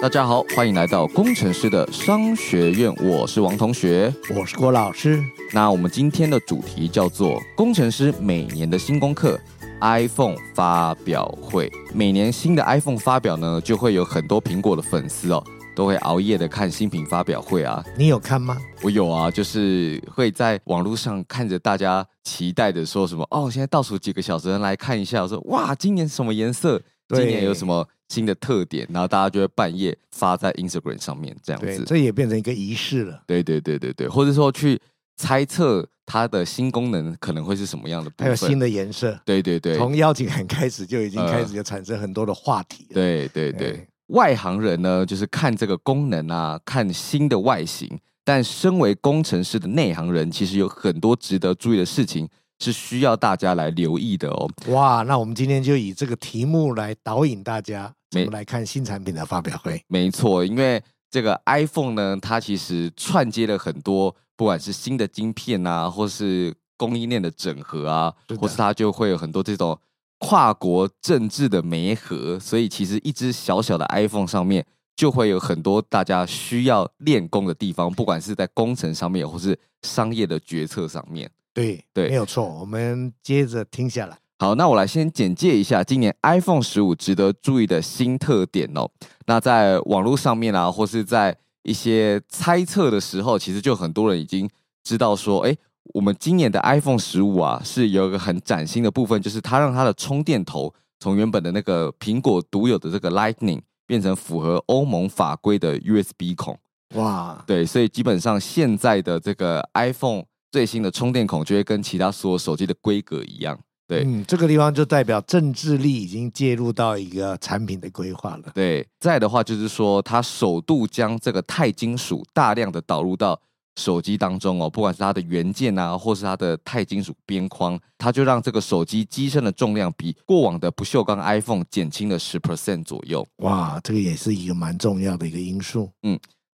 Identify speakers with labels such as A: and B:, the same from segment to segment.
A: 大家好，欢迎来到工程师的商学院，我是王同学。
B: 我是郭老师。
A: 那我们今天的主题叫做工程师每年的新功课。iPhone 发表会，每年新的 iPhone 发表呢，就会有很多苹果的粉丝哦，都会熬夜的看新品发表会啊。
B: 你有看吗？
A: 我有啊，就是会在网络上看着大家期待的说什么哦，现在倒数几个小时来看一下，我说哇，今年什么颜色？今年
B: 对
A: 有什么新的特点？然后大家就会半夜发在 Instagram 上面这样
B: 对，
A: 子。
B: 这也变成一个仪式了。
A: 对对对对对，或者说去猜测它的新功能可能会是什么样的部分。
B: 还有新的颜色，
A: 对对对，
B: 从邀请函开始就已经
A: 呃
B: 开始就产生很多的话题了。
A: 对对对，
B: 哎
A: 外行人呢，就是看这个功能啊，看新的外形。但身为工程师的内行人，其实有很多值得注意的事情是需要大家来留意的哦。
B: 哇，那我们今天就以这个题目来导引大家怎么
A: 没
B: 来看新产品的发表会。
A: 没错，因为这个 iPhone 呢，它其实串接了很多，不管是新的晶片啊，或是供应链的整合啊
B: 是，的
A: 或是它就会有很多这种跨国政治的媒合，所以其实一只小小的 iPhone 上面就会有很多大家需要练功的地方，不管是在工程上面，或是商业的决策上面。
B: 对
A: 对
B: 没有错。我们接着听下来。
A: 好，那我来先简介一下今年 iPhone 十五值得注意的新特点哦。那在网络上面啊，或是在一些猜测的时候，其实就很多人已经知道说，哎，我们今年的 iPhone 十五啊，是有一个很崭新的部分，就是它让它的充电头从原本的那个苹果独有的这个 Lightning 变成符合欧盟法规的 USB 孔。
B: 哇，
A: 对，所以基本上现在的这个 iPhone 最新的充电孔就会跟其他所有手机的规格一样。对，
B: 嗯，这个地方就代表政治力已经介入到一个产品的规划了。
A: 对，再的话就是说，它首度将这个钛金属大量的导入到手机当中哦，不管是它的元件啊，或是它的钛金属边框，它就让这个手机机身的重量比过往的不锈钢 iPhone 减轻了十 percent 左右。
B: 哇，这个也是一个蛮重要的一个因素。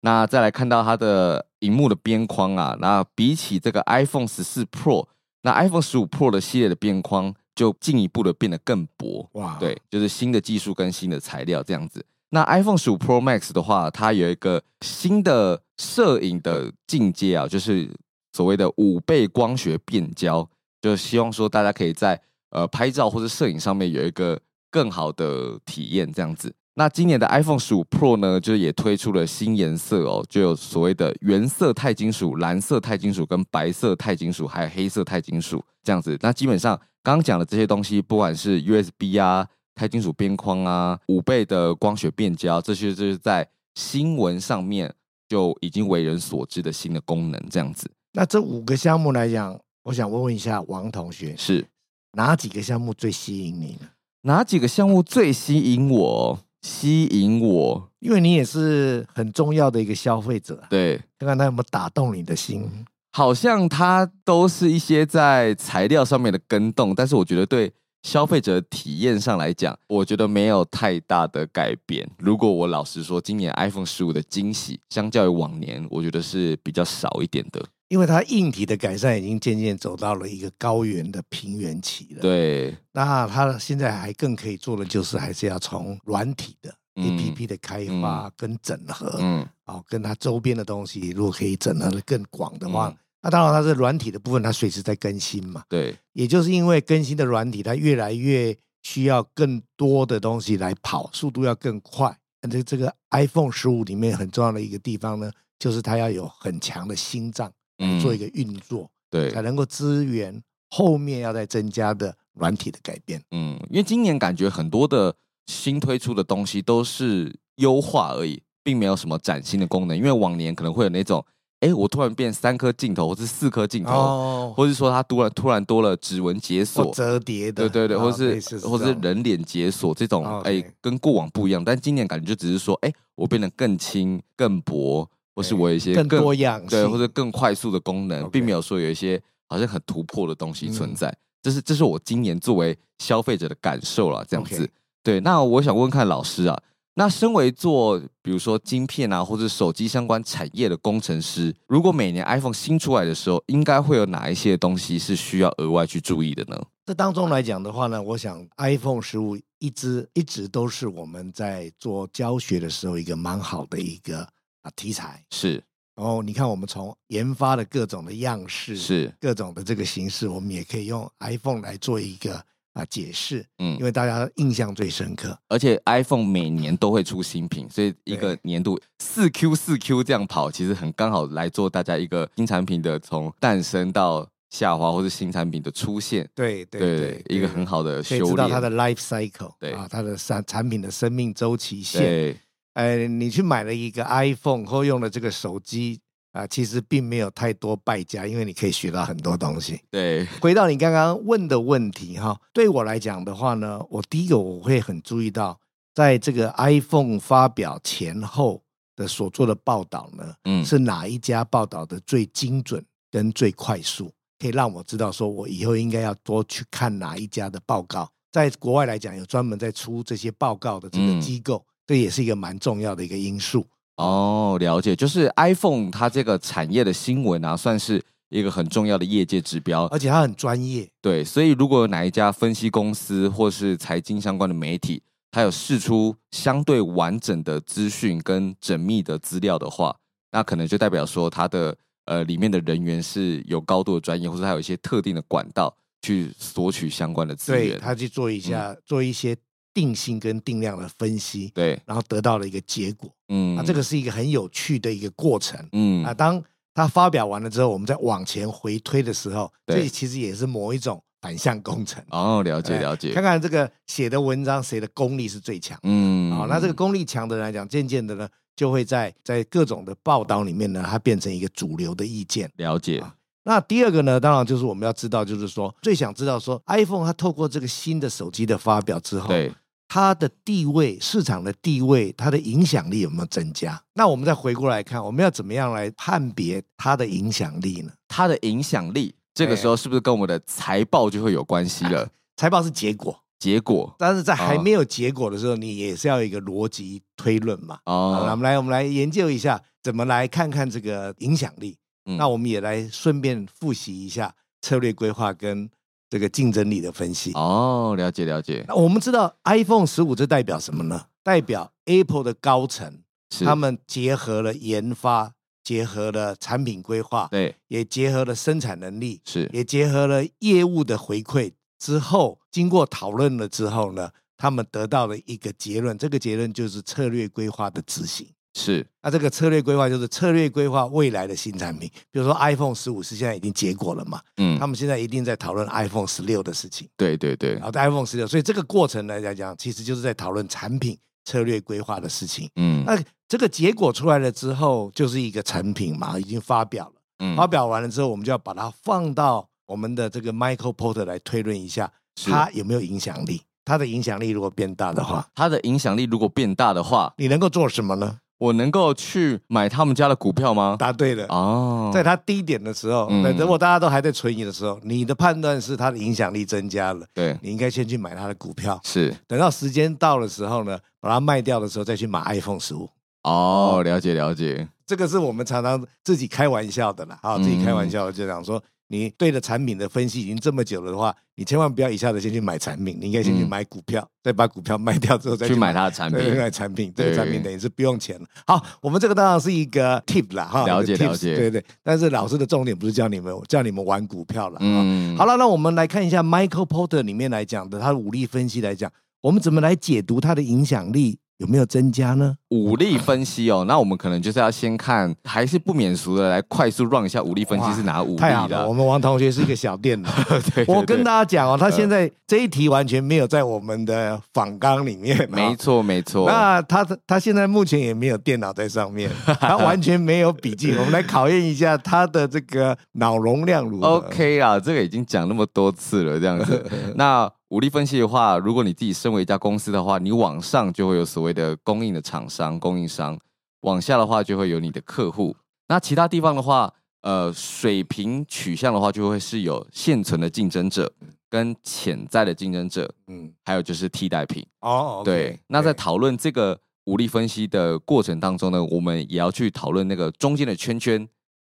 A: 那再来看到它的荧幕的边框啊，那比起这个 iPhone 十四 Pro，那 iPhone 十五 Pro 的系列的边框就进一步的变得更薄。
B: 哇，
A: 对，就是新的技术跟新的材料这样子。那 iPhone 十五 Pro Max 的话，它有一个新的摄影的境界啊，就是所谓的五倍光学变焦，就希望说大家可以在呃拍照或者摄影上面有一个更好的体验这样子。那今年的 iPhone 十五 Pro 呢，就也推出了新颜色哦，就有所谓的原色钛金属、蓝色钛金属、跟白色钛金属，还有黑色钛金属这样子。那基本上刚刚讲的这些东西，不管是 USB 啊、钛金属边框啊、五倍的光学变焦，这些就是在新闻上面就已经为人所知的新的功能，这样子
B: 那这五个项目来讲，我想问问一下王同学，
A: 是
B: 哪几个项目最吸引你呢？
A: 哪几个项目最吸引我？吸引我，
B: 因为你也是很重要的一个消费者啊，
A: 对，
B: 看看他有没有打动你的心。
A: 好像它都是一些在材料上面的跟动，但是我觉得对消费者体验上来讲，我觉得没有太大的改变。如果我老实说，今年 iPhone 十五的惊喜，相较于往年，我觉得是比较少一点的。
B: 因为它硬体的改善已经渐渐走到了一个高原的平原期了。，
A: 对，
B: 那它现在还更可以做的就是，还是要从软体的
A: 嗯
B: APP 的开发跟整合，
A: 嗯，
B: 哦，跟它周边的东西，如果可以整合的更广的话，
A: 嗯
B: 那当然它是软体的部分，它随时在更新嘛。
A: 对，
B: 也就是因为更新的软体，它越来越需要更多的东西来跑，速度要更快。呃这这个 iPhone 十五里面很重要的一个地方呢，就是它要有很强的心脏
A: 嗯
B: 做一个运作，才
A: 对，
B: 能够支援后面要再增加的软体的改变。
A: 嗯，因为今年感觉很多的新推出的东西都是优化而已，并没有什么崭新的功能。因为往年可能会有那种哎，我突然变三颗镜头，或是四颗镜头，
B: 哦，
A: 或是说它突然突然多了指纹解锁
B: 或，折叠的，
A: 对对对，
B: 哦
A: 或
B: 类
A: 是
B: 似这
A: 或是
B: 种
A: 人脸解锁这种
B: 哦，
A: 哎、
B: ，OK
A: 跟过往不一样。但今年感觉就只是说，哎、我变得更轻、更薄，或是
B: 对
A: 我有一些
B: 更多样性，
A: 对，或者更快速的功能，
B: OK 嗯
A: 并没有说有一些好像很突破的东西存在。这是这是我今年作为消费者的感受啦，这样子。
B: OK
A: 对，那我想问问看老师啊，那身为做比如说晶片啊或者手机相关产业的工程师，如果每年 iPhone 新出来的时候，应该会有哪一些东西是需要额外去注意的呢？
B: 这当中来讲的话呢，我想 iPhone 十五一直一直都是我们在做教学的时候一个蛮好的一个啊题材。
A: 是
B: 然后你看，我们从研发的各种的样式，
A: 是，
B: 各种的这个形式，我们也可以用 iPhone 来做一个啊解释，
A: 嗯
B: 因，为大家印象最深刻。
A: 而且 iPhone 每年都会出新品，所以一个
B: 对
A: 年度四 Q 四 Q 这样跑，其实很刚好来做大家一个新产品的从诞生到下滑，或是新产品的出现，
B: 对对对，
A: 一个很好的
B: 可以
A: 修
B: 知道它
A: 炼。
B: 的 life cycle，
A: 对
B: 啊，它的产产品的生命周期线。
A: 对，
B: 呃，你去买了一个 iPhone 或用了这个手机啊、其实并没有太多败家，因为你可以学到很多东西。
A: 对，
B: 回到你刚刚问的问题哈，对我来讲的话呢，我第一个我会很注意到，在这个 iPhone 发表前后的所做的报道呢，
A: 嗯，
B: 是哪一家报道的最精准跟最快速，可以让我知道说我以后应该要多去看哪一家的报告。在国外来讲，有专门在出这些报告的这
A: 嗯
B: 个机构，这也是一个蛮重要的一个因素。
A: 哦，了解，就是 iPhone 它这个产业的新闻啊，算是一个很重要的业界指标。
B: 而且它很专业，
A: 对，所以如果有哪一家分析公司或是财经相关的媒体，它有释出相对完整的资讯跟缜密的资料的话，那可能就代表说它的呃里面的人员是有高度的专业，或者它有一些特定的管道去索取相关的资
B: 对
A: 源。嗯
B: 他去做一下、做一些定性跟定量的分析，
A: 对，
B: 然后得到了一个结果。
A: 嗯，
B: 啊，这个是一个很有趣的一个过程。
A: 嗯
B: 啊，当它发表完了之后，我们再往前回推的时候，
A: 对
B: 这其实也是某一种反向工程。
A: 哦，了解
B: 哎
A: 了解
B: 看，看这个写的文章谁的功力是最强。
A: 嗯，
B: 好、那这个功力强的人来讲，渐渐的呢，就会在在各种的报道里面呢，它变成一个主流的意见。
A: 了解，
B: 啊那第二个呢，当然就是我们要知道，就是说最想知道说 iPhone 它透过这个新的手机的发表之后，
A: 对，
B: 它的地位、市场的地位、它的影响力有没有增加？那我们再回过来看，我们要怎么样来判别它的影响力呢？
A: 它的影响力，这个
B: 哎
A: 时候是不是跟我们的财报就会有关系了？
B: 财报是结果，
A: 结果
B: 但是在还
A: 啊
B: 没有结果的时候，你也是要有一个逻辑推论嘛。啊好，那我
A: 哦，
B: 们来，我们来研究一下，怎么来看看这个影响力。
A: 嗯
B: 那我们也来顺便复习一下策略规划跟这个竞争力的分析。
A: 哦，了解了解，
B: 那我们知道 iPhone 十五这代表什么呢？代表 Apple 的高层
A: 是
B: 他们结合了研发，结合了产品规划，
A: 对
B: 也结合了生产能力，
A: 是
B: 也结合了业务的回馈之后，经过讨论了之后呢，他们得到了一个结论，这个结论就是策略规划的执行。
A: 是
B: 那这个策略规划就是策略规划未来的新产品，比如说 iPhone 十五是现在已经结果了嘛，
A: 嗯
B: 他，们现在一定在讨论 iPhone 十六的事情，
A: 对对对
B: 然，后 iPhone 十六，所以这个过程来讲讲，其实就是在讨论产品策略规划的事情。
A: 嗯
B: 那这个结果出来了之后，就是一个成品嘛，已经发表了。
A: 嗯
B: 发表完了之后，我们就要把它放到我们的这个 Michael Porter 来推论一下，
A: 是
B: 它有没有影响力？它的影响力如果变大的话，
A: 它的影响力如果变大的话，
B: 你能够做什么呢？
A: 我能够去买他们家的股票吗？
B: 答对了。
A: 哦，
B: 在它低点的时候，
A: 嗯
B: 对如果大家都还在存疑的时候，你的判断是它的影响力增加了，
A: 对
B: 你应该先去买它的股票。
A: 是
B: 等到时间到的时候呢，把它卖掉的时候再去买 iPhone 十五。
A: 哦，了解了解，
B: 这个是我们常常自己开玩笑的啦，啊，
A: 嗯
B: 自己开玩笑的就讲说，你对的产品的分析已经这么久了的话，你千万不要一下子先去买产品，你应该先去
A: 嗯
B: 买股票，再把股票卖掉之后再
A: 去买它的产品
B: 对，去买产品，这
A: 对
B: 个产品等于是不用钱了。好，我们这个当然是一个 tip 啦，哈，
A: 了解
B: 一个 tips，
A: 了解
B: 对对。但是老师的重点不是叫你们叫你们玩股票了，嗯，
A: 嗯，
B: 好
A: 了，
B: 了，那我们来看一下 Michael Porter 里面来讲的，他的武力分析来讲，我们怎么来解读他的影响力有没有增加呢？
A: 武力分析哦，那我们可能就是要先看，还是不免俗的来快速 run 一下武力分析
B: 哇
A: 是哪五力
B: 太好
A: 的
B: 了，我。们王同学是一个小电脑。
A: 对对嗯
B: 我
A: 对
B: 跟大家讲哦，他现在这一题完全没有在我们的访纲里面、啊
A: 没。错没错，
B: 那他他现在目前也没有电脑在 上面，他完全没有笔记。我们来考验一下他的这个脑容量如何。
A: OK 啦，这个已经讲那么多次了，这样 子。那武力分析的话，如果你自己身为一家公司的话，你往上就会有所谓的供应的厂商、供应商；往下的话，就会有你的客户。那其他地方的话，呃，水平取向的话，就会是有现存的竞争者、跟潜在的竞争者，
B: 嗯，
A: 还有就是替代品。
B: 哦，OK，
A: 对，那在
B: 对
A: 讨论这个武力分析的过程当中呢，我们也要去讨论那个中间的圈圈，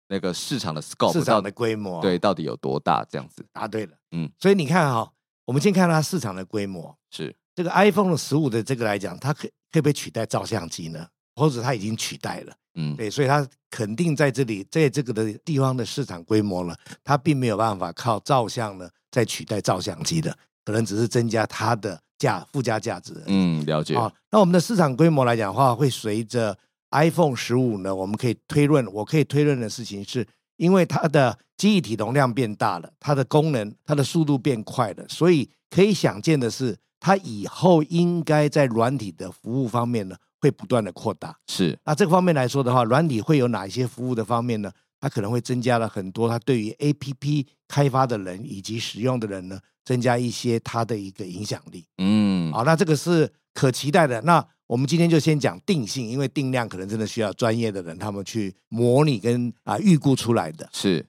A: 那个市场的 scope
B: 市
A: 到
B: 场的规模，
A: 对，，到底有多大？这样子
B: 答对了。
A: 嗯
B: 嗯，所以你看哈、我们先看它市场的规模，
A: 是
B: 这个 iPhone 十五的这个来讲，它可可不可以取代照相机呢？或者它已经取代了？
A: 嗯，
B: 对，所以它肯定在这里，在这个的地方的市场规模呢，它并没有办法靠照相呢再取代照相机的，可能只是增加它的价附加价值而已。
A: 嗯，了解，
B: 啊，那我们的市场规模来讲的话，会随着 iPhone 十五呢，我们可以推论，我可以推论的事情是，因为它的记忆体容量变大了，它的功能、它的速度变快了，所以可以想见的是，它以后应该在软体的服务方面呢，会不断的扩大。
A: 是
B: 那这个方面来说的话，软体会有哪一些服务的方面呢？它可能会增加了很多，它对于 A P P 开发的人以及使用的人呢，增加一些它的一个影响力。
A: 嗯，
B: 好，那这个是可期待的。那我们今天就先讲定性，因为定量可能真的需要专业的人他们去模拟跟啊、预估出来的。
A: 是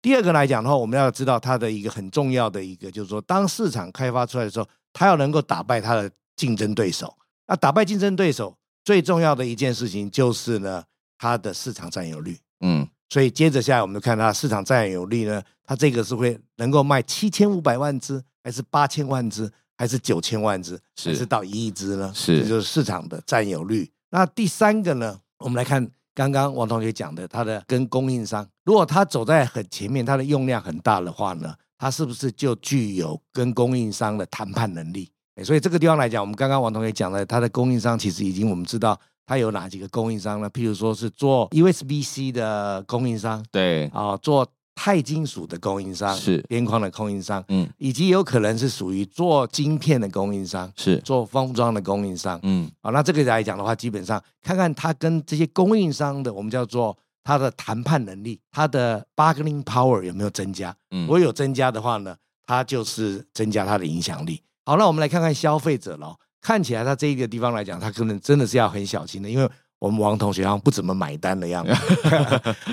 B: 第二个来讲的话，我们要知道它的一个很重要的一个，就是说，当市场开发出来的时候，它要能够打败它的竞争对手。那打败竞争对手最重要的一件事情就是呢，它的市场占有率。
A: 嗯，
B: 所以接着下来，我们就看它市场占有率呢，它这个是会能够卖七千五百万只，还是八千万只，还是九千万只，
A: 是
B: 还是到一亿只呢？
A: 是
B: 这就是市场的占有率。那第三个呢，我们来看刚刚王同学讲的，它的跟供应商，如果它走在很前面，它的用量很大的话呢，它是不是就具有跟供应商的谈判能力？诶所以这个地方来讲，我们刚刚王同学讲的，它的供应商其实已经我们知道它有哪几个供应商呢？譬如说是做 USB-C 的供应商
A: 对，
B: 啊、做钛金属的供应商
A: 是
B: 边框的供应商，
A: 嗯，
B: 以及有可能是属于做晶片的供应商、
A: 是，
B: 做封装的供应商。
A: 嗯，
B: 啊、那这个来讲的话，基本上看看它跟这些供应商的，我们叫做它的谈判能力，它的 bargaining power 有没有增加？
A: 嗯
B: 如果有增加的话呢，它就是增加它的影响力。好，那我们来看看消费者咯。看起来它这一个地方来讲，它可能真的是要很小心的，因为我们王同学好像不怎么买单的样子。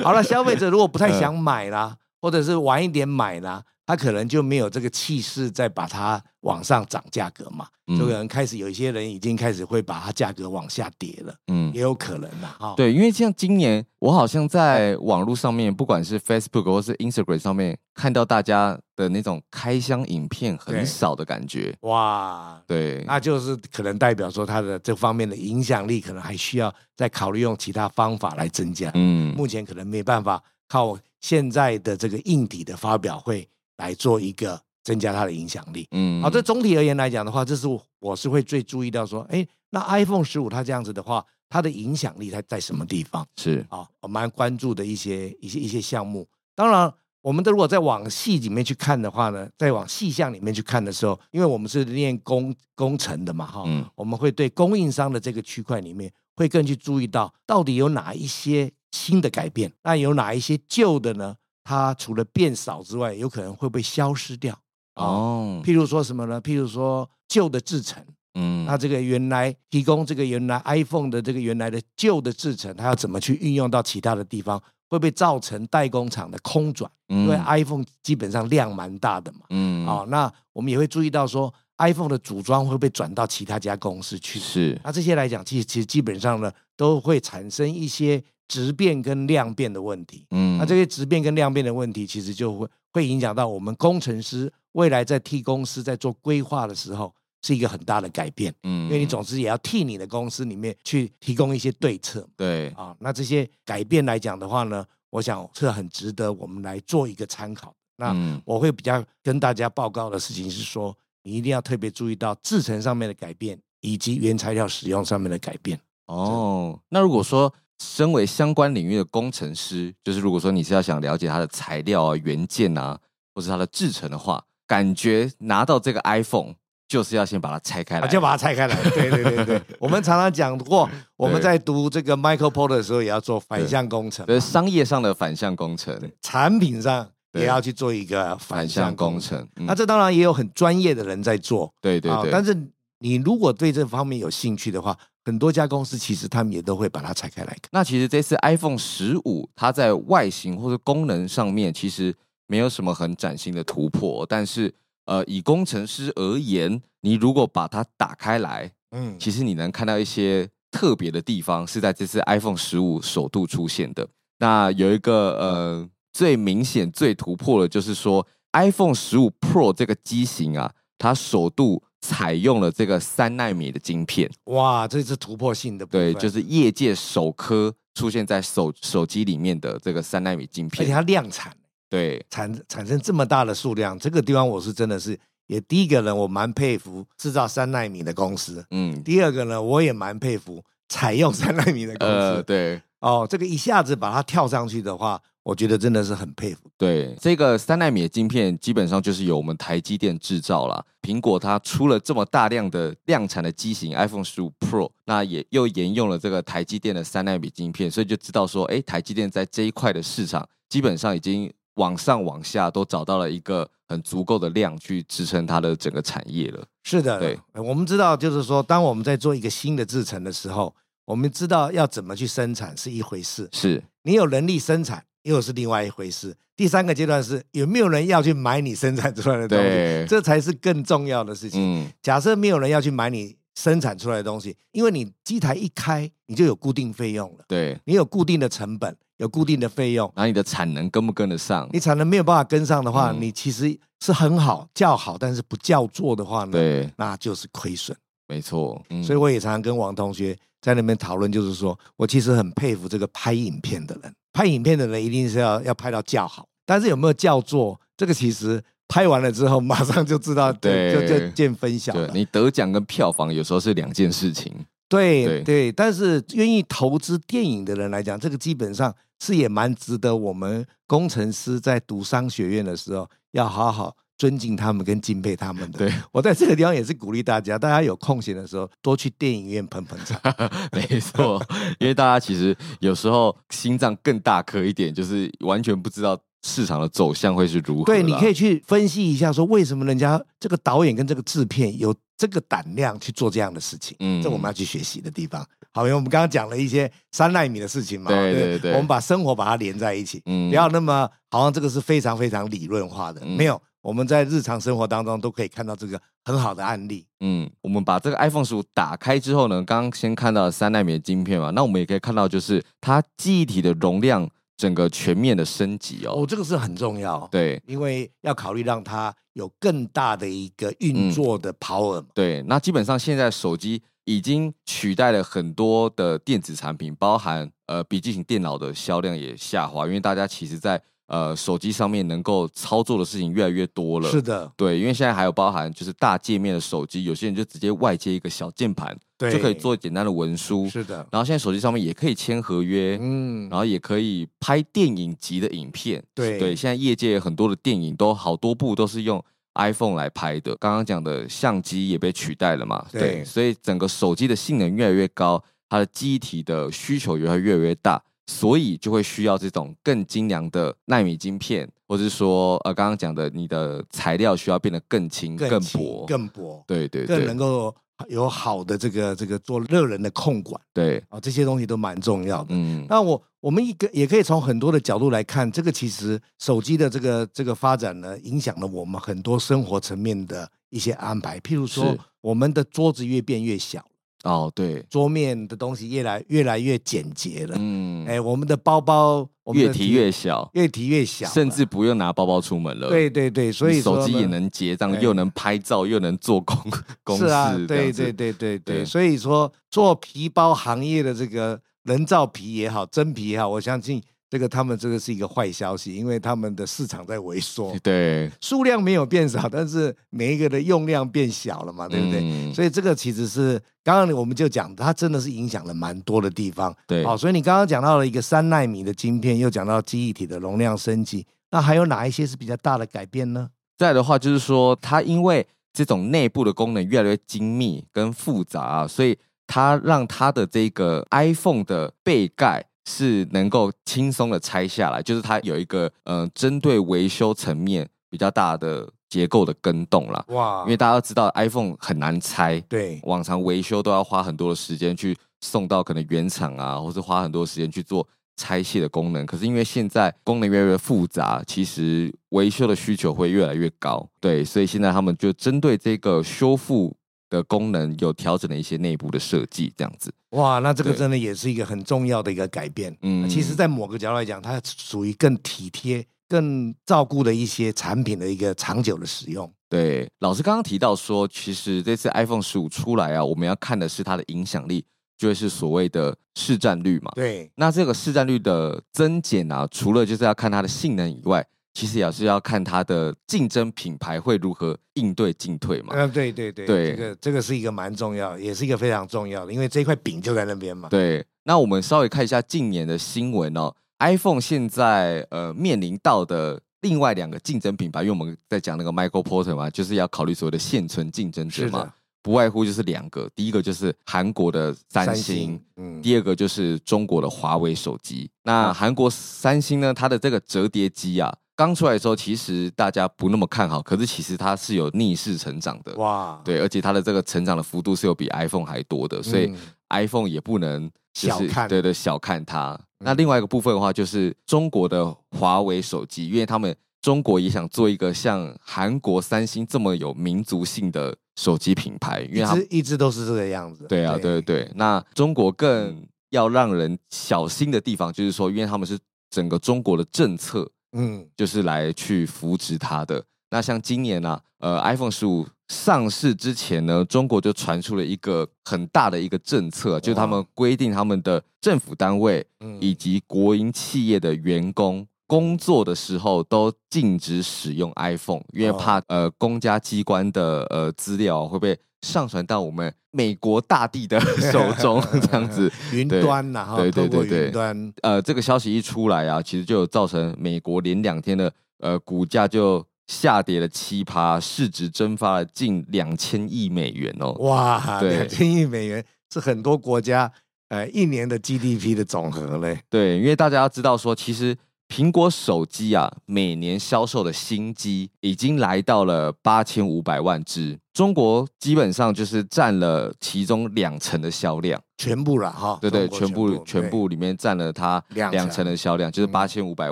B: 好了，消费者如果不太想买啦，或者是晚一点买啦，他可能就没有这个气势再把它往上涨价格嘛。
A: 嗯
B: 就可能开始有一些人已经开始会把它价格往下跌了，
A: 嗯，
B: 也有可能啦。哈、
A: 对，因为像今年，我好像在网络上面，不管是 Facebook 或是 Instagram 上面，看到大家的那种开箱影片很
B: 对
A: 少的感觉，
B: 哇，
A: 对，
B: 那就是可能代表说它的这方面的影响力可能还需要再考虑用其他方法来增加。
A: 嗯，
B: 目前可能没办法靠现在的这个硬体的发表会来做一个增加它的影响力。
A: 嗯，
B: 好，这总体而言来讲的话，这是我我是会最注意到说，哎，那 iPhone 十五它这样子的话，它的影响力它在什么地方？
A: 是，
B: 啊，我蛮关注的一些一些一些项目。当然，我们的如果再往细里面去看的话呢，再往细项里面去看的时候，因为我们是练工工程的嘛，哈、
A: 嗯，
B: 我们会对供应商的这个区块里面会更去注意到到底有哪一些新的改变，那有哪一些旧的呢？它除了变少之外，有可能会被消失掉。啊
A: 哦，
B: 譬如说什么呢？譬如说旧的制成，
A: 嗯，
B: 那这个原来提供这个原来 iPhone 的这个原来的旧的制程，它要怎么去运用到其他的地方，会不会造成代工厂的空转？因为
A: 嗯
B: iPhone 基本上量蛮大的嘛，
A: 嗯，
B: 啊、那我们也会注意到说 iPhone 的组装会不会转到其他家公司去？
A: 嗯是，
B: 那这些来讲，其实其实基本上呢，都会产生一些质变跟量变的问题。
A: 嗯，
B: 那这些质变跟量变的问题，其实就会会影响到我们工程师未来在替公司在做规划的时候，是一个很大的改变。
A: 嗯，
B: 因为你总之也要替你的公司里面去提供一些对策
A: 对，
B: 啊。那这些改变来讲的话呢，我想是很值得我们来做一个参考。那
A: 嗯
B: 我会比较跟大家报告的事情是说，你一定要特别注意到制程上面的改变，以及原材料使用上面的改变。
A: 哦，那如果说身为相关领域的工程师，就是如果说你是要想了解它的材料啊、元件啊，或是它的制成的话，感觉拿到这个 iPhone 就是要先把它拆开
B: 啊，
A: 来，
B: 就把它拆开来。对对 对对，我们常常讲过，我们在读这个 Michael Porter 的时候，也要做反向工程嘛，
A: 就是商业上的反向工程，
B: 产品上
A: 对
B: 也要去做一个
A: 反
B: 反
A: 向
B: 向
A: 工
B: 工程。
A: 程，嗯
B: 那这当然也有很专业的人在做，
A: 对对
B: 啊
A: 对，
B: 但是你如果对这方面有兴趣的话，很多家公司其实他们也都会把它拆开来看。
A: 那其实这次 iPhone 十五，它在外形或者功能上面其实没有什么很崭新的突破，但是呃，以工程师而言，你如果把它打开来，
B: 嗯
A: 其实你能看到一些特别的地方，是在这次 iPhone 十五首度出现的。那有一个呃最明显、最突破的，就是说 iPhone 十五 Pro 这个机型啊，它首度采用了这个三纳米的晶片。
B: 哇，这是突破性的部
A: 对，
B: 分，
A: 就是业界首颗出现在手手机里面的这个三纳米晶
B: 而且
A: 片。
B: 它量产
A: 对，
B: 产产生这么大的数量，这个地方我是真的是也第一个呢，我蛮佩服制造三纳米的公司；
A: 嗯，
B: 第二个呢，我也蛮佩服采用三纳米的公司。
A: 呃，对
B: 哦，这个一下子把它跳上去的话，我觉得真的是很佩服。
A: 对，这个三纳米的晶片基本上就是由我们台积电制造啦。苹果它出了这么大量的量产的机型 iPhone 十五 Pro，那也又沿用了这个台积电的三纳米晶片，所以就知道说，哎，台积电在这一块的市场基本上已经往上往下都找到了一个很足够的量去支撑它的整个产业了。
B: 是的，
A: 对
B: 呃我们知道，就是说，当我们在做一个新的制程的时候，我们知道要怎么去生产是一回事，
A: 是，
B: 你有能力生产又是另外一回事。第三个阶段是有没有人要去买你生产出来的东
A: 对
B: 西，这才是更重要的事情。
A: 嗯。
B: 假设没有人要去买你生产出来的东西，因为你机台一开，你就有固定费用了，
A: 对，
B: 你有固定的成本，有固定的费用，
A: 然后你的产能跟不跟得上？
B: 你产能没有办法跟上的话，
A: 嗯
B: 你其实是很好叫好，但是不叫做的话呢，
A: 对，
B: 那就是亏损。
A: 没错，嗯
B: 所以我也常常跟王同学在那边讨论，就是说我其实很佩服这个拍影片的人，拍影片的人一定是要要拍到叫好，但是有没有叫做这个其实拍完了之后马上就知道，就
A: 对
B: 就就见分晓
A: 对
B: 了。
A: 你得奖跟票房有时候是两件事情。
B: 对
A: 对
B: 对但是愿意投资电影的人来讲，这个基本上是也蛮值得我们工程师在读商学院的时候要好好尊敬他们跟敬佩他们的。
A: 对，
B: 我在这个地方也是鼓励大家，大家有空闲的时候多去电影院捧捧场。
A: 没错，因为大家其实有时候心脏更大颗一点，就是完全不知道市场的走向会是如何啦。
B: 对，你可以去分析一下，说为什么人家这个导演跟这个制片有这个胆量去做这样的事情。
A: 嗯
B: 嗯，这我们要去学习的地方。好，因为我们刚刚讲了一些三纳米的事情嘛，
A: 对
B: 哦
A: 对
B: 不
A: 对
B: 我们把生活把它连在一起，
A: 嗯
B: 不要那么好像这个是非常非常理论化的，
A: 嗯
B: 没有。我们在日常生活当中都可以看到这个很好的案例。
A: 嗯，我们把这个 iPhone 十五打开之后呢，刚刚先看到三纳米的晶片嘛，那我们也可以看到就是它记忆体的容量整个全面的升级哦。
B: 哦，这个是很重要，，
A: 对
B: 因为要考虑让它有更大的一个
A: 嗯
B: 运作的 power 嘛。
A: 对，那基本上现在手机已经取代了很多的电子产品，包含呃笔记型电脑的销量也下滑，因为大家其实在呃手机上面能够操作的事情越来越多了。
B: 是的，
A: 对，因为现在还有包含就是大界面的手机，有些人就直接外接一个小键盘，
B: 对，
A: 就可以做简单的文书。
B: 是的，
A: 然后现在手机上面也可以签合约，
B: 嗯
A: 然，后也可以拍电影级的影片。
B: 对
A: 对，现在业界很多的电影都好多部都是用 iPhone 来拍的。刚刚讲的相机也被取代了嘛？
B: 对
A: 所以整个手机的性能越来越高，它的机体的需求也会越来越大，所以就会需要这种更精良的纳米晶片，或者是说呃刚刚讲的你的材料需要变得更轻、
B: 更轻
A: 薄、
B: 更薄，
A: 对对
B: 更能
A: 对
B: 够有好的这个这个做热人的控管
A: 对，
B: 啊、这些东西都蛮重要的。
A: 嗯，
B: 那我我们一个也可以从很多的角度来看，这个其实手机的这个这个发展呢，影响了我们很多生活层面的一些安排。譬如说
A: 是，
B: 我们的桌子越变越小，
A: 哦对，
B: 桌面的东西越来越来越简洁了。
A: 嗯，
B: 哎，我们的包包，我们的
A: 越提越小。
B: 越提越小了，
A: 甚至不用拿包包出门了。
B: 对对对，所以
A: 你手
B: 说
A: 机也
B: 呢
A: 能结账，
B: 哎
A: 又能拍照，又能做公 公
B: 是
A: 事
B: 啊，
A: 这样
B: 对
A: 子
B: 对对对
A: 对
B: 对，所以说做皮包行业的这个人造皮也好，真皮也好，我相信这个他们这个是一个坏消息，因为他们的市场在萎缩，
A: 对，
B: 数量没有变少，但是每一个的用量变小了嘛，对不对？
A: 嗯
B: 所以这个其实是刚刚我们就讲，它真的是影响了蛮多的地方。
A: 对
B: 好、所以你刚刚讲到了一个三纳米的晶片，又讲到记忆体的容量升级，那还有哪一些是比较大的改变呢？
A: 再的话就是说，它因为这种内部的功能越来越精密跟复杂、啊，所以它让它的这个 iPhone 的背盖是能够轻松的拆下来，就是它有一个嗯、呃针对维修层面比较大的结构的跟动啦。
B: 哇
A: 因为大家都知道 iPhone 很难拆，
B: 对
A: 往常维修都要花很多的时间去送到可能原厂啊，或是花很多时间去做拆卸的功能。可是因为现在功能越来越复杂，其实维修的需求会越来越高。对，所以现在他们就针对这个修复的功能有调整了一些内部的设计，这样子。
B: 哇，那这个
A: 对
B: 真的也是一个很重要的一个改变。
A: 嗯
B: 其实，在某个角度来讲，它属于更体贴、更照顾的一些产品的一个长久的使用。
A: 对，老师刚刚提到说，其实这次 iPhone 十五出来啊，我们要看的是它的影响力，就会是所谓的市占率嘛。
B: 对，
A: 那这个市占率的增减啊，除了就是要看它的性能以外，其实也是要看它的竞争品牌会如何应对进退嘛。
B: 呃，对对对，
A: 对
B: 这个这个是一个蛮重要，也是一个非常重要的，因为这块饼就在那边嘛。
A: 对，那我们稍微看一下近年的新闻哦，iPhone 现在呃面临到的另外两个竞争品牌，因为我们在讲那个 Michael Porter 嘛，就是要考虑所谓的现存竞争者
B: 是
A: 嘛
B: 的，，
A: 不外乎就是两个，第一个就是韩国的三星
B: 嗯，
A: 第二个就是中国的华为手机。那韩国三星呢，它的这个折叠机啊，刚出来的时候，其实大家不那么看好，可是其实它是有逆势成长的。
B: 哇，
A: 对，而且它的这个成长的幅度是有比 iPhone 还多的，所以
B: 嗯
A: iPhone 也不能、就是、
B: 小看嗯
A: 对对，小看它。那另外一个部分的话，就是中国的华为手机，因为他们中国也想做一个像韩国三星这么有民族性的手机品牌，因为
B: 一
A: 它
B: 直一直都是这个样子。
A: 对啊，对对对。那中国
B: 嗯
A: 更要让人小心的地方，就是说，因为他们是整个中国的政策，
B: 嗯，
A: 就是来去扶植它的。那像今年啊，呃，iPhone 十五上市之前呢，中国就传出了一个很大的一个政策，就是他们规定他们的政府单位
B: 嗯
A: 以及国营企业的员工。工作的时候都禁止使用 iPhone，因为
B: 哦
A: 怕呃公家机关的呃资料会被上传到我们美国大地 的手中，这样子。
B: 云
A: 对
B: 端呐，哈，
A: 对对
B: 透过
A: 对对
B: 云端，
A: 呃，这个消息一出来啊，其实就有造成美国连两天的呃股价就下跌了七趴，市值蒸发了近两千亿美元哦。
B: 哇，
A: 对
B: 两千亿美元是很多国家呃一年的 GDP 的总和嘞。
A: 对，因为大家要知道说，其实苹果手机啊，每年销售的新机已经来到了八千五百万只，中国基本上就是占了其中两成的销量。
B: 全部了哈，
A: 对对，
B: 中国
A: 全部全
B: 对
A: 部里面占了它
B: 两
A: 两成
B: 成
A: 的销量，就是
B: 嗯
A: 八千五百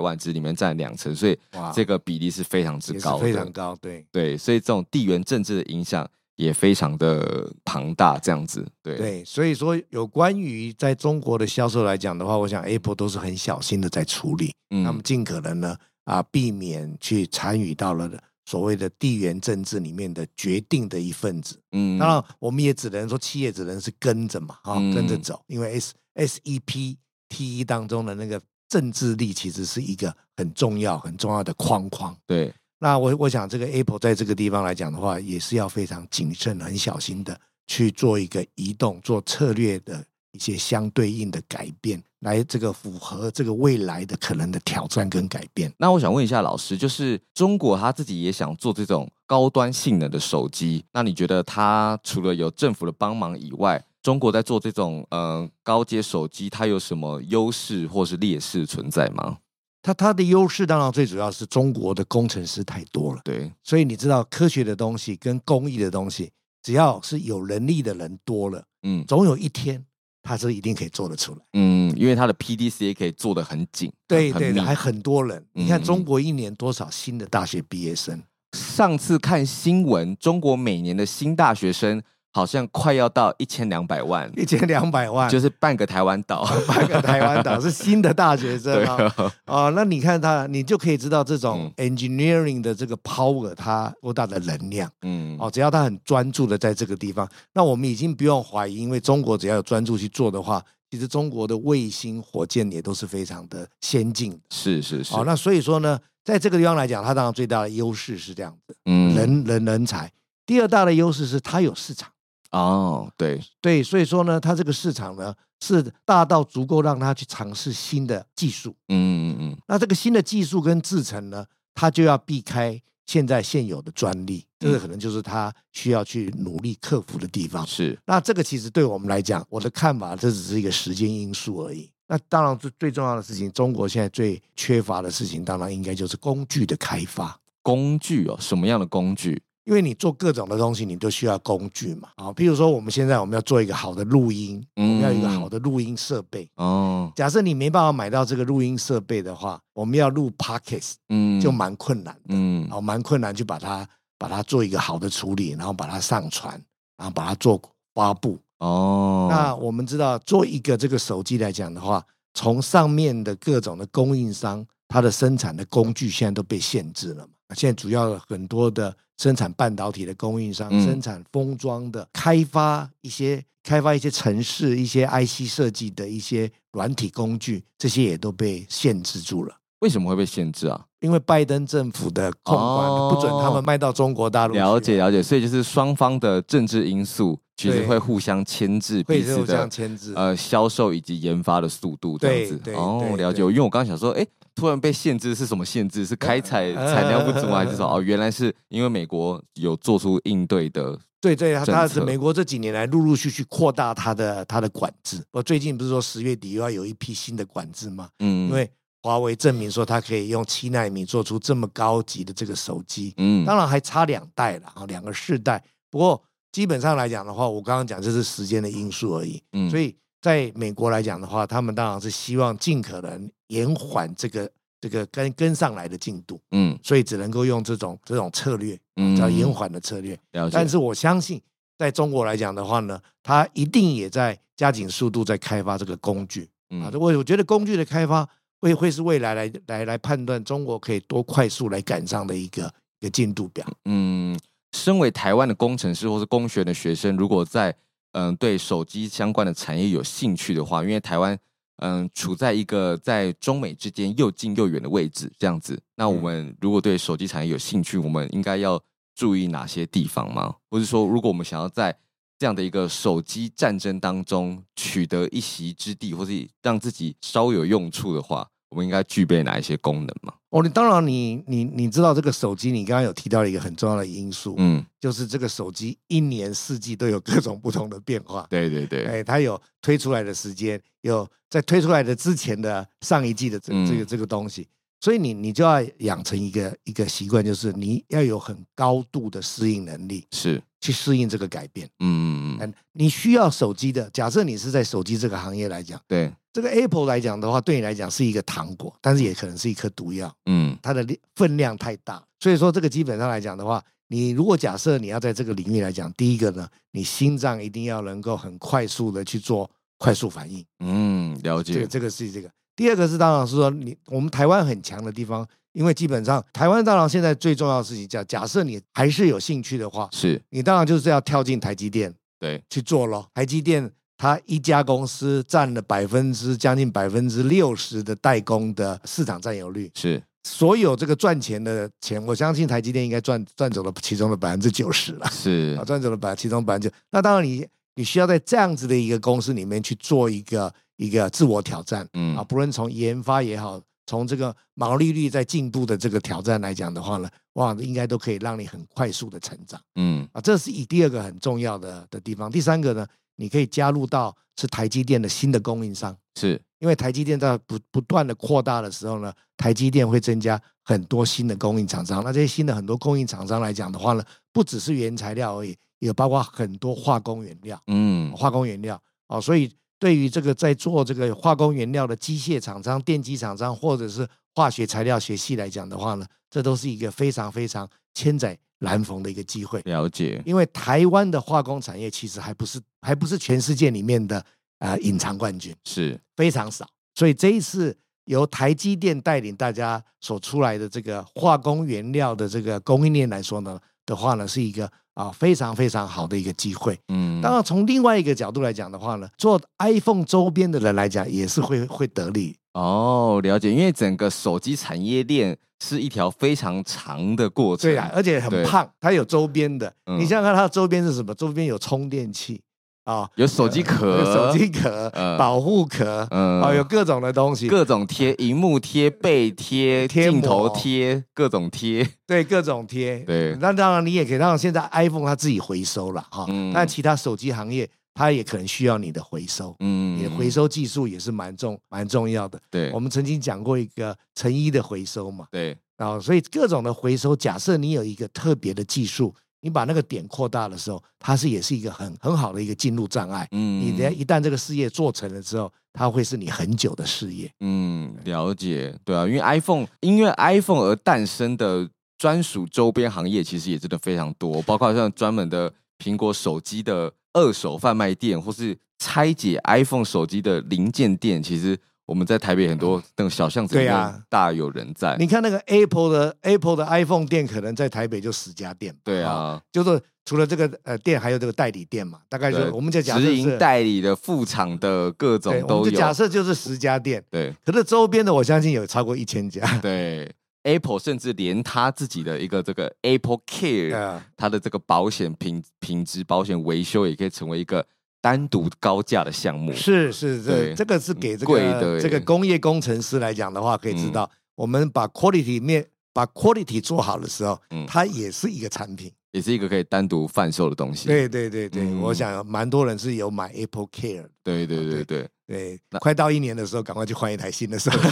A: 万只里面占两成，所以
B: 哇
A: 这个比例是非常之
B: 也是
A: 高的，
B: 非常高，对
A: 对，所以这种地缘政治的影响也非常的庞大，这样子，对，
B: 对，所以说有关于在中国的销售来讲的话，我想 Apple 都是很小心的在处理，他们
A: 嗯，
B: 尽可能呢啊避免去参与到了所谓的地缘政治里面的决定的一份子。
A: 嗯
B: 当然，我们也只能说企业只能是跟着嘛，啊、
A: 嗯
B: 跟着走，因为 S S E P T E 当中的那个政治力其实是一个很重要、很重要的框框。
A: 对，
B: 那我我想，这个 Apple 在这个地方来讲的话，也是要非常谨慎、很小心的去做一个移动、做策略的一些相对应的改变，来这个符合这个未来的可能的挑战跟改变。
A: 那我想问一下老师，就是中国他自己也想做这种高端性能的手机，那你觉得他除了有政府的帮忙以外，中国在做这种呃高阶手机，它有什么优势或是劣势存在吗？
B: 它它的优势当然最主要是中国的工程师太多了，
A: 对，
B: 所以你知道科学的东西跟工艺的东西，只要是有能力的人多了，
A: 嗯
B: 总有一天它是一定可以做得出来。
A: 嗯，因为它的 PDCA 可以做的很紧，
B: 对
A: 很
B: 对对，
A: 密
B: 还很多人。你
A: 嗯
B: 看
A: 嗯
B: 中国一年多少新的大学毕业生？
A: 上次看新闻，中国每年的新大学生好像快要到一千两百万，
B: 一千两百万，
A: 就是半个台湾岛。
B: 半个台湾岛是新的大学 生
A: 对
B: 啊、
A: 啊，嗯
B: 哦，那你看他，你就可以知道这种 engineering 的这个 power 它多大的能量
A: 嗯，
B: 哦。只要他很专注的在这个地方，那我们已经不用怀疑，因为中国只要有专注去做的话，其实中国的卫星、火箭也都是非常的先进的。
A: 是是是，
B: 好、那所以说呢，在这个地方来讲，它当然最大的优势是这样子，
A: 嗯
B: 人人人才。第二大的优势是它有市场，
A: 哦，对，
B: 对，所以说呢，它这个市场呢是大到足够让它去尝试新的技术。
A: 嗯嗯嗯，
B: 那这个新的技术跟制成呢，它就要避开现在现有的专利，这个可能就是它需要去努力克服的地方。
A: 是
B: 那这个其实对我们来讲，我的看法，这只是一个时间因素而已。那当然，最最重要的事情，中国现在最缺乏的事情，当然应该就是工具的开发。
A: 工具哦，什么样的工具？
B: 因为你做各种的东西，你都需要工具嘛。啊，譬如说我们现在我们要做一个好的录音，我们要有一个好的录音设备。
A: 嗯哦，
B: 假设你没办法买到这个录音设备的话，我们要录 podcast
A: 嗯，
B: 就蛮困难的。
A: 嗯
B: 哦，蛮困难去把它把它做一个好的处理，然后把它上传，然后把它做发布。
A: 哦，
B: 那我们知道，做一个这个手机来讲的话，从上面的各种的供应商，它的生产的工具现在都被限制了嘛。现在主要很多的生产半导体的供应商、
A: 嗯
B: 生产封装的、开发一些开发一些城市、一些 IC 设计的一些软体工具，这些也都被限制住了。
A: 为什么会被限制啊？
B: 因为拜登政府的控管，
A: 哦
B: 不准他们卖到中国大陆去。啊
A: 了解了解，所以就是双方的政治因素其实
B: 对
A: 会互相牵制
B: 会
A: 彼此
B: 有这样
A: 的
B: 牵制。
A: 呃销售以及研发的速度这样
B: 对
A: 子。
B: 对
A: 哦，
B: 对
A: 了解。
B: 对
A: 因为我刚刚想说，哎，突然被限制是什么限制？是开采
B: 呃
A: 产量不足吗？
B: 呃
A: 还是什 么？哦，原来是因为美国有做出应对的。
B: 对对，他
A: 政
B: 他
A: 策
B: 是美国这几年来陆陆续续扩大他的他的管制。我最近不是说十月底又要有一批新的管制吗？
A: 嗯，
B: 因为华为证明说它可以用七纳米做出这么高级的这个手机，
A: 嗯
B: 当然还差两代了啊，两个世代。不过基本上来讲的话，我刚刚讲这是时间的因素而已。
A: 嗯
B: 所以在美国来讲的话，他们当然是希望尽可能延缓这个这个跟跟上来的进度，
A: 嗯
B: 所以只能够用这种这种策略，
A: 嗯
B: 叫延缓的策略。
A: 了解，
B: 但是我相信，在中国来讲的话呢，它一定也在加紧速度在开发这个工具啊。
A: 嗯
B: 我我觉得工具的开发会会是未来来来来判断中国可以多快速来赶上的一个一个进度表。
A: 嗯，身为台湾的工程师或是工学院的学生，如果在嗯对手机相关的产业有兴趣的话，因为台湾嗯处在一个在中美之间又近又远的位置，这样子，那我们如果对手机产业有兴趣，我们应该要注意哪些地方吗？或是说，如果我们想要在这样的一个手机战争当中取得一席之地，或是让自己稍有用处的话，我们应该具备哪一些功能吗？
B: 哦，你当然你你你知道这个手机，你刚刚有提到一个很重要的因素，
A: 嗯，
B: 就是这个手机一年四季都有各种不同的变化。
A: 对对对，
B: 哎，它有推出来的时间，有在推出来的之前的上一季的这
A: 嗯
B: 这个这个东西，所以你你就要养成一个一个习惯，就是你要有很高度的适应能力，
A: 是，
B: 去适应这个改变。
A: 嗯嗯嗯，
B: 嗯，你需要手机的，假设你是在手机这个行业来讲，
A: 对。
B: 这个 Apple 来讲的话，对你来讲是一个糖果，但是也可能是一颗毒药，
A: 嗯，
B: 它的量分量太大，所以说这个基本上来讲的话。你如果假设你要在这个领域来讲，第一个呢，你心脏一定要能够很快速的去做快速反应，
A: 嗯，了
B: 这
A: 解
B: 个。这个是这个。第二个是当然是说你我们台湾很强的地方，因为基本上台湾当然现在最重要的事情叫，假设你还是有兴趣的话，
A: 是，
B: 你当然就是要跳进台积电
A: 对，
B: 去做咯。台积电它一家公司占了百分之将近百分之六十的代工的市场占有率，
A: 是，
B: 所有这个赚钱的钱，我相信台积电应该赚赚走了其中的百分之九十了。
A: 是
B: 啊，，赚走了百其中百分之，那当然你你需要在这样子的一个公司里面去做一个一个自我挑战，
A: 嗯
B: 啊，不论从研发也好，从这个毛利率在进步的这个挑战来讲的话呢，哇，应该都可以让你很快速的成长
A: 嗯
B: 啊，这是以第二个很重要的的地方。第三个呢，你可以加入到是台积电的新的供应商，
A: 是，
B: 因为台积电在不不断的扩大的时候呢，台积电会增加很多新的供应厂商。那这些新的很多供应厂商来讲的话呢，不只是原材料而已，也包括很多化工原料、
A: 嗯
B: 化工原料哦。所以对于这个在做这个化工原料的机械厂商、电机厂商或者是化学材料学系来讲的话呢，这都是一个非常非常千载难逢的一个机会。
A: 了解。
B: 因为台湾的化工产业其实还不是还不是全世界里面的呃隐藏冠军。
A: 是，
B: 非常少。所以这一次由台积电带领大家所出来的这个化工原料的这个供应链来说呢的话呢，是一个啊，非常非常好的一个机会。
A: 嗯，
B: 当然，从另外一个角度来讲的话呢，做 iPhone 周边的人来讲，也是会会得利。
A: 哦，了解，因为整个手机产业链是一条非常长的过程。
B: 对啊，而且
A: 对
B: 很胖，它有周边的。
A: 嗯
B: 你想想看，它的周边是什么？周边有充电器啊，
A: 有手机壳、
B: 有手机壳、
A: 呃
B: 保护壳，
A: 嗯
B: 哦，有各种的东西，
A: 各种贴，荧幕贴、背贴、
B: 贴
A: 镜头
B: 膜
A: 贴，各种贴。
B: 对各种贴。
A: 对
B: 那当然你也可以让现在 iPhone 它自己回收了哈
A: 嗯，
B: 那其他手机行业它也可能需要你的回收。
A: 嗯
B: 你的回收技术也是蛮重蛮重要的。
A: 对
B: 我们曾经讲过一个成衣的回收嘛，
A: 对，
B: 然后所以各种的回收，假设你有一个特别的技术，你把那个点扩大的时候，它是也是一个很很好的一个进入障碍。
A: 嗯
B: 你的一旦这个事业做成了之后，它会是你很久的事业。
A: 嗯，了解，对啊，因为 iPhone 因为 iPhone 而诞生的专属周边行业，其实也真的非常多，包括像专门的苹果手机的二手贩卖店，或是拆解 iPhone 手机的零件店，其实我们在台北很多那种小巷子里
B: 对啊
A: 面大有人在。
B: 你看那个 Apple 的 Apple 的 iPhone 店，可能在台北就十家店。
A: 对
B: 哦，
A: 啊，
B: 就是除了这个呃店，还有这个代理店嘛，大概就
A: 对
B: 我们就假设
A: 直营
B: 是，
A: 代理的、副厂的各
B: 对，
A: 种
B: 我
A: 都
B: 们就假
A: 有。
B: 设就是十家店，
A: 对
B: 可是周边的我相信有超过一千家。
A: 对，Apple 甚至连他自己的一个这个 Apple Care，、
B: 啊，
A: 它的这个保险品品质、保险维修也可以成为一个单独高价的项目。
B: 是是，
A: 对
B: 这这个是给这
A: 贵的嗯
B: 个这个工业工程师来讲的话，可以知道，我们把 quality 面把 quality 做好的时候
A: 嗯，
B: 它也是一个产品。
A: 也是一个可以单独贩售的东西。
B: 对对对对，
A: 嗯
B: 我想蛮多人是有买 Apple Care 的。
A: 对对对对
B: 哦 对，快到一年的时候，赶快去换一台新的手机。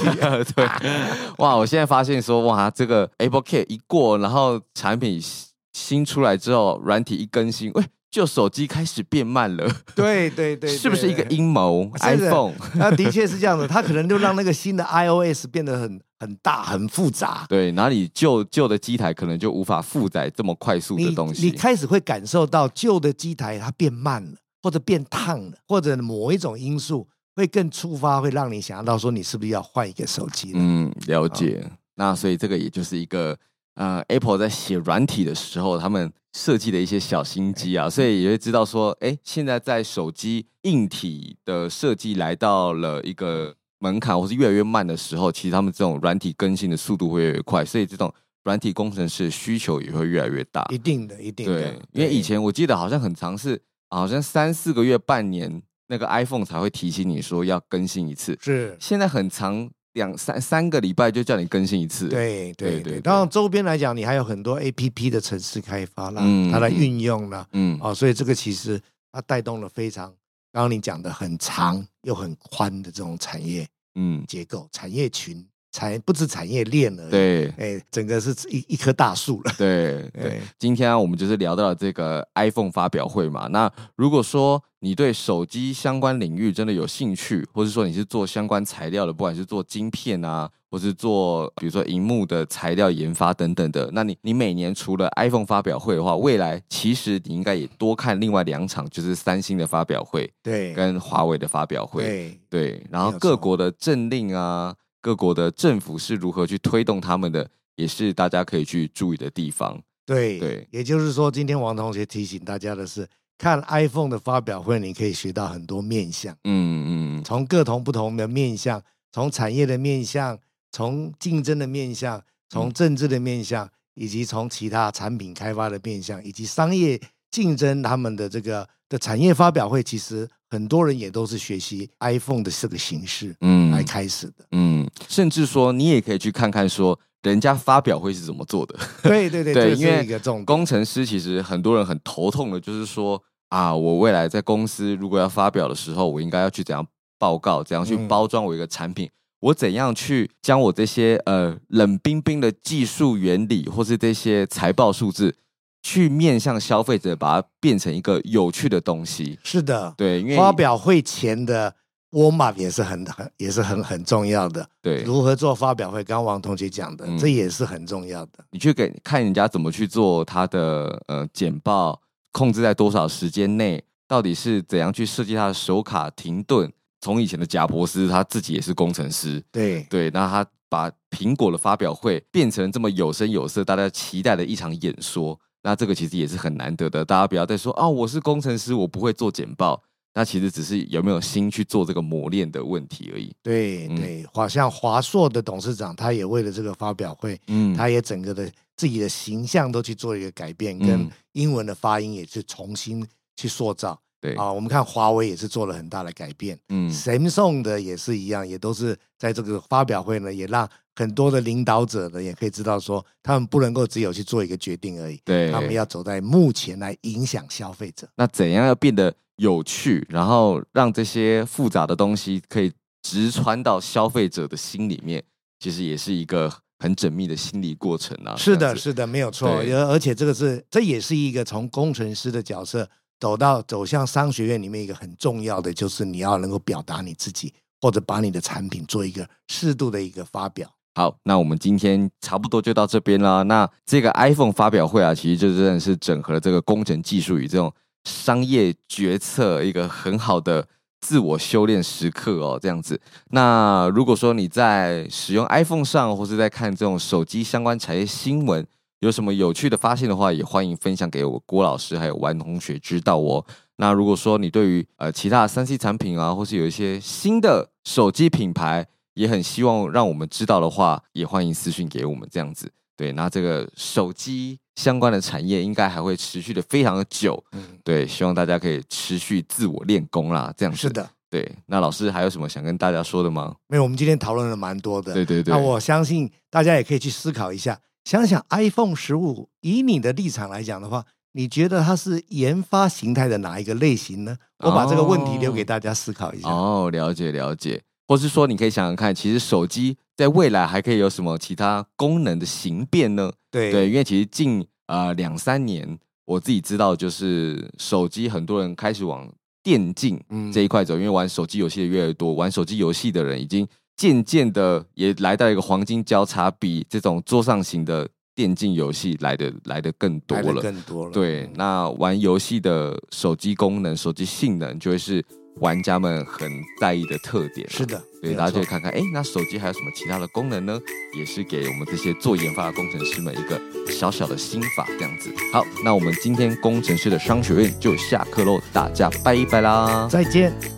A: 对，哇！我现在发现说，哇，这个 Apple Care 一过，然后产品新新出来之后，软体一更新，喂，就手机开始变慢了，
B: 对对对，对
A: 是不是一个？阴谋
B: 是的
A: ？iPhone
B: 那啊的确是这样的，它可能就让那个新的 iOS 变得很很大、很复杂。
A: 对，哪里旧旧的机台可能就无法负载这么快速的
B: 你
A: 东
B: 你
A: 西。
B: 开始会感受到旧的机台它变慢了，或者变烫了，或者某一种因素会更触发，会让你想到说你是不是要换一个手机了？
A: 嗯，了解。那所以这个也就是一个呃，Apple 在写软体的时候，他们设计的一些小心机啊，所以也会知道说，哎，现在在手机硬体的设计来到了一个门槛，或是越来越慢的时候，其实他们这种软体更新的速度会越来越快，所以这种软体工程师的需求也会越来越大。
B: 一定的，一定的
A: 对，，因为以前我记得好像很长是，好像三四个月、半年，那个 iPhone 才会提醒你说要更新一次。
B: 是。
A: 现在很长，两三三个礼拜就叫你更新一次。，
B: 对
A: 对
B: 对
A: 对
B: 对，当然周边来讲，你还有很多 A P P 的城市开发啦
A: 嗯，
B: 它的
A: 嗯
B: 运用啦，
A: 嗯，
B: 哦，所以这个其实它带动了非常刚刚你讲的很长又很宽的这种产业
A: 嗯，
B: 结构、产业群、产不止产业链而已，，
A: 对
B: 哎，整个是一一棵大树了。
A: 对对
B: 对。
A: 今天啊、我们就是聊到了这个 iPhone 发表会嘛。那如果说你对手机相关领域真的有兴趣，或是说你是做相关材料的，不管是做晶片啊，或是做比如说荧幕的材料研发等等的，那你你每年除了 iPhone 发表会的话，未来其实你应该也多看另外两场，就是三星的发表会
B: 对，
A: 跟华为的发表会。
B: 对，
A: 对，然
B: 没
A: 后
B: 有
A: 各
B: 错
A: 国的政令啊，各国的政府是如何去推动他们的，也是大家可以去注意的地方。
B: 对
A: 对
B: 也就是说，今天王同学提醒大家的是，看 iPhone 的发表会，你可以学到很多面向，
A: 嗯嗯，
B: 从各同不同的面向，从产业的面向，从竞争的面
A: 嗯
B: 向，从政治的面向，以及从其他产品开发的面向，以及商业竞争他们的这个的产业发表会，其实很多人也都是学习 iPhone 的这个形式来
A: 嗯
B: 开始的。
A: 嗯，甚至说你也可以去看看说人家发表会是怎么做的。
B: 对对对，
A: 对，
B: 这
A: 因为
B: 是一个重点。
A: 工程师其实很多人很头痛的，就是说啊，我未来在公司如果要发表的时候，我应该要去怎样报告，怎样去
B: 嗯
A: 包装我一个产品，我怎样去将我这些呃冷冰冰的技术原理或是这些财报数字，去面向消费者，把它变成一个有趣的东西。
B: 是的，
A: 对，因为
B: 发表会前的 warm up 也是很很也是很很重要的。
A: 对
B: 如何做发表会？刚刚王同学讲的，
A: 嗯
B: 这也是很重要的。
A: 你去给看人家怎么去做他的呃简报，控制在多少时间内，到底是怎样去设计他的手卡停顿。从以前的贾博斯，他自己也是工程师，
B: 对
A: 对，那他把苹果的发表会变成这么有声有色，大家期待的一场演说。那这个其实也是很难得的，大家不要再说啊，我是工程师，我不会做简报。那其实只是有没有心去做这个磨练的问题而已。
B: 对
A: 嗯
B: 对，好像华硕的董事长他也为了这个发表会，
A: 嗯
B: 他也整个的自己的形象都去做一个改变，跟
A: 嗯
B: 英文的发音也是重新去塑造。
A: 对，
B: 啊，我们看华为也是做了很大的改变。
A: 嗯
B: Samsung 的也是一样，也都是在这个发表会呢，也让很多的领导者呢也可以知道说，他们不能够只有去做一个决定而已，
A: 对，
B: 他们要走在目前来影响消费者。
A: 那怎样要变得有趣，然后让这些复杂的东西可以直穿到消费者的心里面，其实也是一个很缜密的心理过程啊。
B: 是
A: 这
B: 的，
A: 样子
B: 是的，没有错。
A: 对
B: 而而且这个是，这也是一个从工程师的角色走到走向商学院里面一个很重要的，就是你要能够表达你自己，或者把你的产品做一个适度的一个发表。
A: 好，那我们今天差不多就到这边啦。那这个 iPhone 发表会啊，其实就真的是整合了这个工程技术与这种商业决策一个很好的自我修炼时刻哦，这样子。那如果说你在使用 iPhone 上，或是在看这种手机相关产业新闻，有什么有趣的发现的话，也欢迎分享给我郭老师还有王同学知道哦。那如果说你对于呃其他三 C 产品啊，或是有一些新的手机品牌，也很希望让我们知道的话，也欢迎私讯给我们这样子。对，那这个手机相关的产业应该还会持续的非常的久，
B: 嗯，
A: 对，希望大家可以持续自我练功啦，这样子
B: 是，的，
A: 对。那老师还有什么想跟大家说的吗？
B: 没有，我们今天讨论了蛮多的。
A: 对对对，
B: 那我相信大家也可以去思考一下，想想 iPhone 十五，以你的立场来讲的话，你觉得它是研发形态的哪一个类型呢？我把这个问题留给大家思考一下。
A: 哦，了解了解，或是说你可以想想看，其实手机在未来还可以有什么其他功能的形变呢？
B: 对
A: 对，因为其实近呃两三年，我自己知道就是手机很多人开始往电竞
B: 嗯
A: 这一块走，因为玩手机游戏的越来越多，玩手机游戏的人已经渐渐的也来到一个黄金交叉，比这种桌上型的电竞游戏来的来的更多
B: 来得
A: 了。
B: 更多了。
A: 对
B: 嗯，
A: 那玩游戏的手机功能、手机性能就会是玩家们很在意的特点。
B: 是。的，
A: 对，
B: 没有
A: 大家就
B: 错
A: 可以看看，哎，那手机还有什么其他的功能呢？也是给我们这些做研发的工程师们一个小小的心法，这样子。好，那我们今天工程师的商学院就下课喽，大家拜拜啦！
B: 再见。